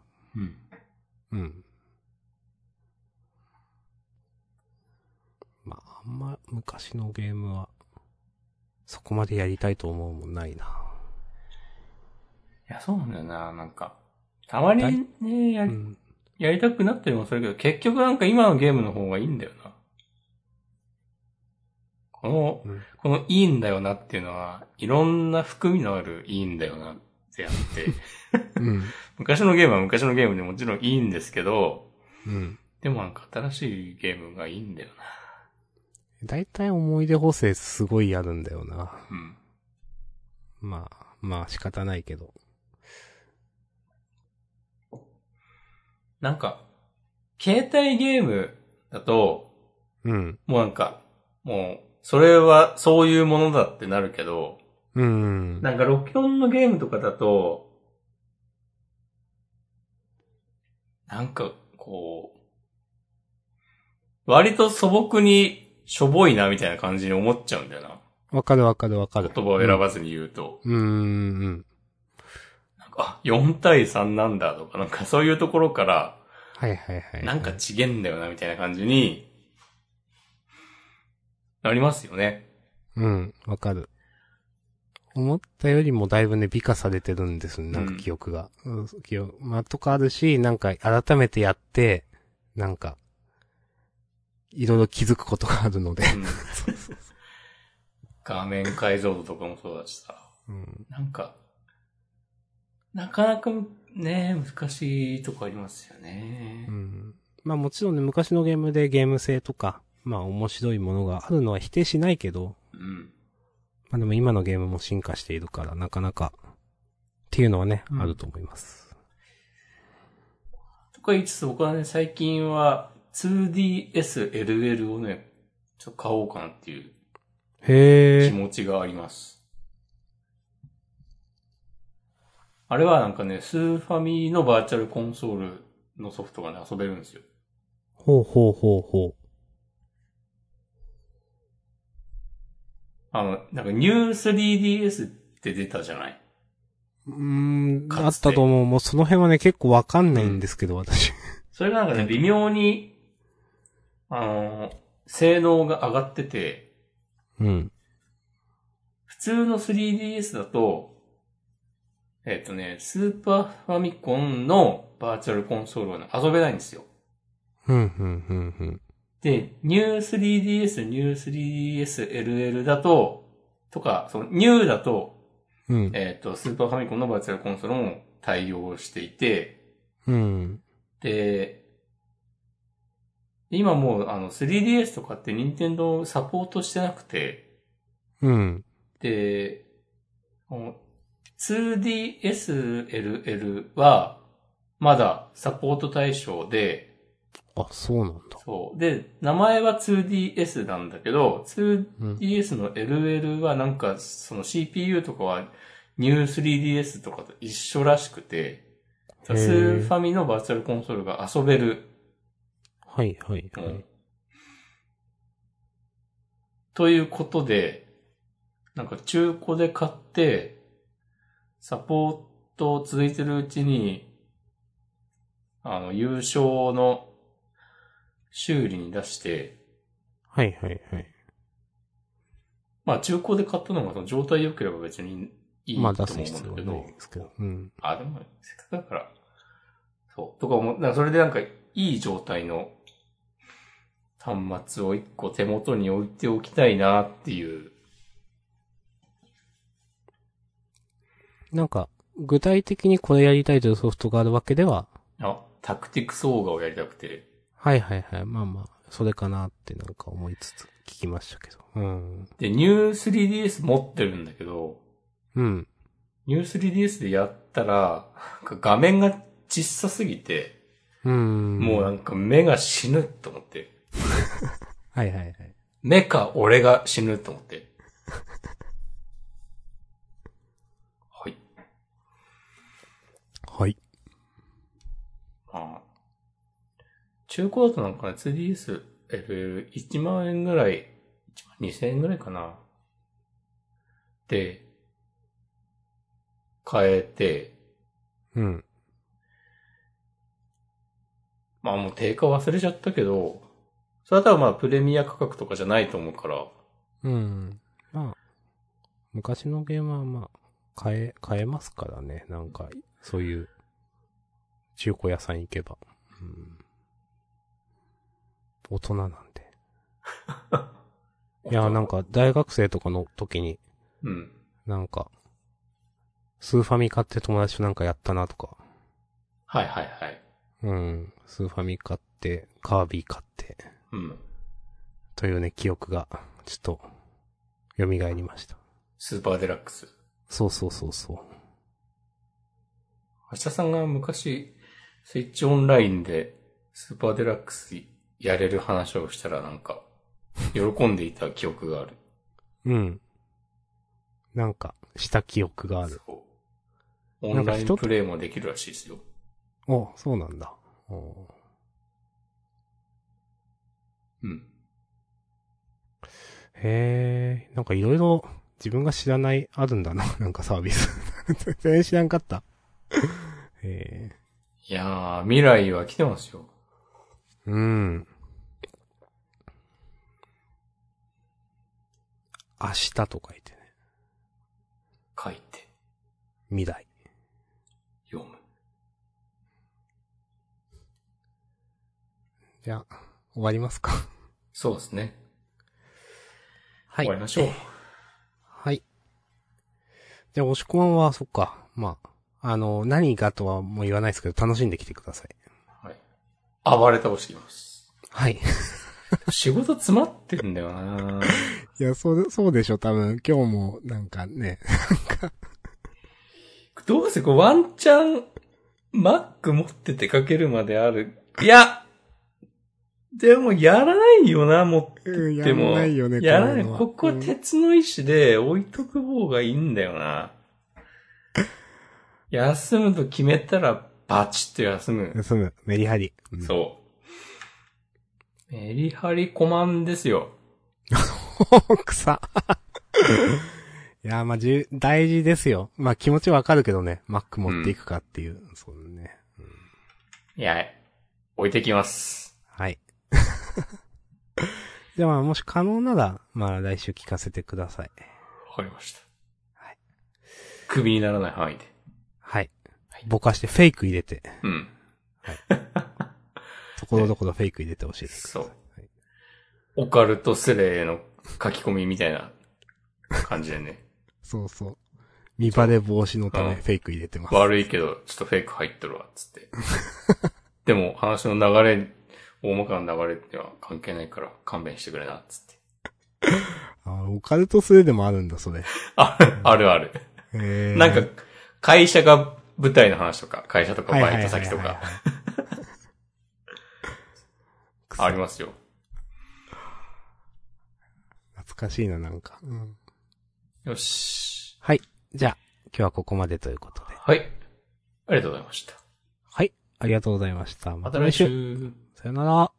[SPEAKER 1] うん。
[SPEAKER 2] うん。まあ、あんま昔のゲームは、そこまでやりたいと思うもんないな。
[SPEAKER 1] いや、そうなんだよな、なんか。たまにね、や
[SPEAKER 2] う
[SPEAKER 1] り
[SPEAKER 2] ん。
[SPEAKER 1] やりたくなってるのもそれけど、結局なんか今のゲームの方がいいんだよな。この、
[SPEAKER 2] うん
[SPEAKER 1] このいいんだよなっていうのは、いろんな含みのあるいいんだよなってあって、
[SPEAKER 2] うん。
[SPEAKER 1] 昔のゲームは昔のゲームでもちろんいいんですけど、
[SPEAKER 2] うん。
[SPEAKER 1] でもなんか新しいゲームがいいんだよな。
[SPEAKER 2] だいたい思い出補正すごいやるんだよな。
[SPEAKER 1] うん。
[SPEAKER 2] まあ、まあ仕方ないけど。
[SPEAKER 1] なんか、携帯ゲームだと、
[SPEAKER 2] うん。
[SPEAKER 1] もうなんか、もう、それはそういうものだってなるけど、
[SPEAKER 2] うん。
[SPEAKER 1] なんか64のゲームとかだと、なんかこう、割と素朴にしょぼいなみたいな感じに思っちゃうんだよな。
[SPEAKER 2] わかるわかるわかる。
[SPEAKER 1] 言葉を選ばずに言うと。
[SPEAKER 2] うん。うんうん。
[SPEAKER 1] なんか、あ、4対3なんだとか、なんかそういうところから、
[SPEAKER 2] はいはいはい。
[SPEAKER 1] なんかちげんだよなみたいな感じに、なりますよね。
[SPEAKER 2] うん、わかる。思ったよりもだいぶね、美化されてるんですね、なんか記憶が。うん、記憶、まあ、とかあるし、なんか改めてやって、なんか、いろいろ気づくことがあるので。
[SPEAKER 1] うん画面解像度とかもそうだしさ。
[SPEAKER 2] うん、
[SPEAKER 1] なんか、なかなかね、難しいとこありますよね
[SPEAKER 2] う。ん。まあもちろんね、昔のゲームでゲーム性とか、まあ面白いものがあるのは否定しないけど、
[SPEAKER 1] うん。
[SPEAKER 2] まあでも今のゲームも進化しているから、なかなか、っていうのはね、
[SPEAKER 1] うん
[SPEAKER 2] あると思います。
[SPEAKER 1] とか言いつつ僕はね、最近は 2DSLL をね、ちょっと買おうかなっていう気
[SPEAKER 2] へえ。
[SPEAKER 1] 持ちがあります。あれはなんかね、スーファミのバーチャルコンソールのソフトがね、遊べるんですよ。
[SPEAKER 2] ほうほうほうほ。
[SPEAKER 1] あの、なんかニュー 3DS って出たじゃないう
[SPEAKER 2] うーん、
[SPEAKER 1] かつて
[SPEAKER 2] あったと思う。もうその辺はね、結構わかんないんですけど、私。
[SPEAKER 1] それがなんかね、微妙に、あの、性能が上がってて、
[SPEAKER 2] うん。
[SPEAKER 1] 普通の 3DS だと、えっ、とね、スーパーファミコンのバーチャルコンソールは、ね、遊べないんですよ。
[SPEAKER 2] うん、うん、うん、うん。
[SPEAKER 1] で、New 3DS、New 3DS LL だと、とか、その New だと、
[SPEAKER 2] うん。
[SPEAKER 1] えっ、と、スーパーファミコンのバーチャルコンソールも対応していて、
[SPEAKER 2] うん。
[SPEAKER 1] で、今もうあの 3DS とかって任天堂サポートしてなくて、
[SPEAKER 2] うん。
[SPEAKER 1] で、この 2DSLL はまだサポート対象で、
[SPEAKER 2] ああ、そうなんだ。
[SPEAKER 1] そう。で、名前は 2DS なんだけど、
[SPEAKER 2] うん
[SPEAKER 1] 2DS の LL はなんか、その CPU とかは New3DS とかと一緒らしくて、ス
[SPEAKER 2] へー
[SPEAKER 1] ーファミのバーチャルコンソールが遊べる。
[SPEAKER 2] はいはいは
[SPEAKER 1] う
[SPEAKER 2] い
[SPEAKER 1] ん。ということで、なんか中古で買って、サポート続いてるうちに、あの、優勝の修理に出して、
[SPEAKER 2] はいはいはい。
[SPEAKER 1] まあ中古で買ったのがその状態良ければ別にいいと
[SPEAKER 2] ま
[SPEAKER 1] 思うんだ
[SPEAKER 2] あ出
[SPEAKER 1] け
[SPEAKER 2] す必要は
[SPEAKER 1] ど、
[SPEAKER 2] ないですけど。うん。
[SPEAKER 1] あ、でもせっかくだから、そう、とか思う、だからそれでなんかいい状態の端末を一個手元に置いておきたいなっていう、
[SPEAKER 2] なんか、具体的にこれやりたいというソフトがあるわけでは、
[SPEAKER 1] あ、タクティクスオーガをやりたくて、
[SPEAKER 2] はいはいはい。まあまあ、それかなってなんか思いつつ聞きましたけど。うん。
[SPEAKER 1] で、ニュー 3DS 持ってるんだけど、
[SPEAKER 2] うん。
[SPEAKER 1] ニュー 3DS でやったら、なんか画面が小さすぎて、
[SPEAKER 2] うん。
[SPEAKER 1] もうなんか目が死ぬと思って、
[SPEAKER 2] はいはいはい。
[SPEAKER 1] 目か俺が死ぬと思って。はい。
[SPEAKER 2] はい。
[SPEAKER 1] ああ中古だとなんかね、2DS、LL、1万円ぐらい、1万2000円ぐらいかな。で、変えて、
[SPEAKER 2] うん。
[SPEAKER 1] まあもう定価忘れちゃったけど、それは多分まあプレミア価格とかじゃないと思うから、
[SPEAKER 2] うん。まあ、昔のゲームはまあ、変え、変えますからね。なんか、そういう、中古屋さん行けば。うん。大人なんで。いや、なんか、大学生とかの時に、
[SPEAKER 1] うん。
[SPEAKER 2] なんか、スーファミ買って友達となんかやったなとか、
[SPEAKER 1] はいはいはい。
[SPEAKER 2] うん、スーファミ買って、カービィ買って、
[SPEAKER 1] うん。
[SPEAKER 2] というね、記憶が、ちょっと、蘇りました。
[SPEAKER 1] スーパーデラックス。
[SPEAKER 2] そうそうそうそう。
[SPEAKER 1] 明日さんが昔、スイッチオンラインで、スーパーデラックスやれる話をしたらなんか、喜んでいた記憶がある。
[SPEAKER 2] うん。なんか、した記憶がある。
[SPEAKER 1] そうオンラインプレイもできるらしいですよ。
[SPEAKER 2] お、そうなんだ。お
[SPEAKER 1] うん。
[SPEAKER 2] へえ、なんかいろいろ自分が知らない、あるんだな、 なんかサービス。全然知らんかった。へえ、
[SPEAKER 1] いやー、未来は来てますよ。
[SPEAKER 2] うん。明日と書いてね。
[SPEAKER 1] 書いて、
[SPEAKER 2] 未来。
[SPEAKER 1] 読む。
[SPEAKER 2] じゃあ、終わりますか。
[SPEAKER 1] そうですね。
[SPEAKER 2] は
[SPEAKER 1] 終わりましょう。
[SPEAKER 2] はい。じゃあ、押し込まんは、そっか。まあ、あの、何がとはもう言わないですけど、楽しんできてください。
[SPEAKER 1] はい。暴れ倒してきます。
[SPEAKER 2] はい。
[SPEAKER 1] 仕事詰まってんだよない
[SPEAKER 2] や、そう、そうでしょ、多分。今日も、なんかね。
[SPEAKER 1] どうせこうワンチャン、マック持って出かけるまである。いやでもやらないよな、もう。
[SPEAKER 2] うん、
[SPEAKER 1] でも、
[SPEAKER 2] ないよね、
[SPEAKER 1] やらない。
[SPEAKER 2] こううのは
[SPEAKER 1] ここ
[SPEAKER 2] う
[SPEAKER 1] は
[SPEAKER 2] ん
[SPEAKER 1] 鉄の意志で置いとく方がいいんだよな。休むと決めたら、バチッと休む。
[SPEAKER 2] 休む。メリハリ。うん
[SPEAKER 1] そう。メリハリコマンですよ。
[SPEAKER 2] 草。いや、まあ、じゅ、大事ですよ。まあ、気持ちわかるけどね。マック持っていくかっていう。そうね。
[SPEAKER 1] いや、置いてきます。
[SPEAKER 2] はい。 じゃあまあ、もし可能なら、まあ、来週聞かせてください。
[SPEAKER 1] わかりました。
[SPEAKER 2] はい
[SPEAKER 1] クビにならない範囲で。
[SPEAKER 2] はい。ぼかしてフェイク入れて、
[SPEAKER 1] うん。
[SPEAKER 2] ところどころフェイク入れて教えてくださ
[SPEAKER 1] そ
[SPEAKER 2] い。
[SPEAKER 1] う。オカルトスレへの書き込みみたいな感じで ね。
[SPEAKER 2] そうそう。見バレ防止のた
[SPEAKER 1] うん
[SPEAKER 2] めフェイク入れてます。
[SPEAKER 1] 悪いけど、ちょっとフェイク入っとるわ、つって。でも、話の流れ、大まかな流れってのは関係ないから勘弁してくれな、つって。
[SPEAKER 2] あ、オカルトスレでもあるんだ、それ。
[SPEAKER 1] ある、あるある。
[SPEAKER 2] へー
[SPEAKER 1] なんか、会社が舞台の話とか、会社とかバイト先と
[SPEAKER 2] はいはい
[SPEAKER 1] か。
[SPEAKER 2] はいはいはい
[SPEAKER 1] ありますよ。
[SPEAKER 2] 懐かしいな、なんか。うん
[SPEAKER 1] よし。
[SPEAKER 2] はい。じゃあ、今日はここまでということで。
[SPEAKER 1] はい。ありがとうございました。
[SPEAKER 2] はい。ありがとうございました。ま
[SPEAKER 1] ま
[SPEAKER 2] た
[SPEAKER 1] た
[SPEAKER 2] 来
[SPEAKER 1] 来
[SPEAKER 2] 週。
[SPEAKER 1] 週。
[SPEAKER 2] さよなら。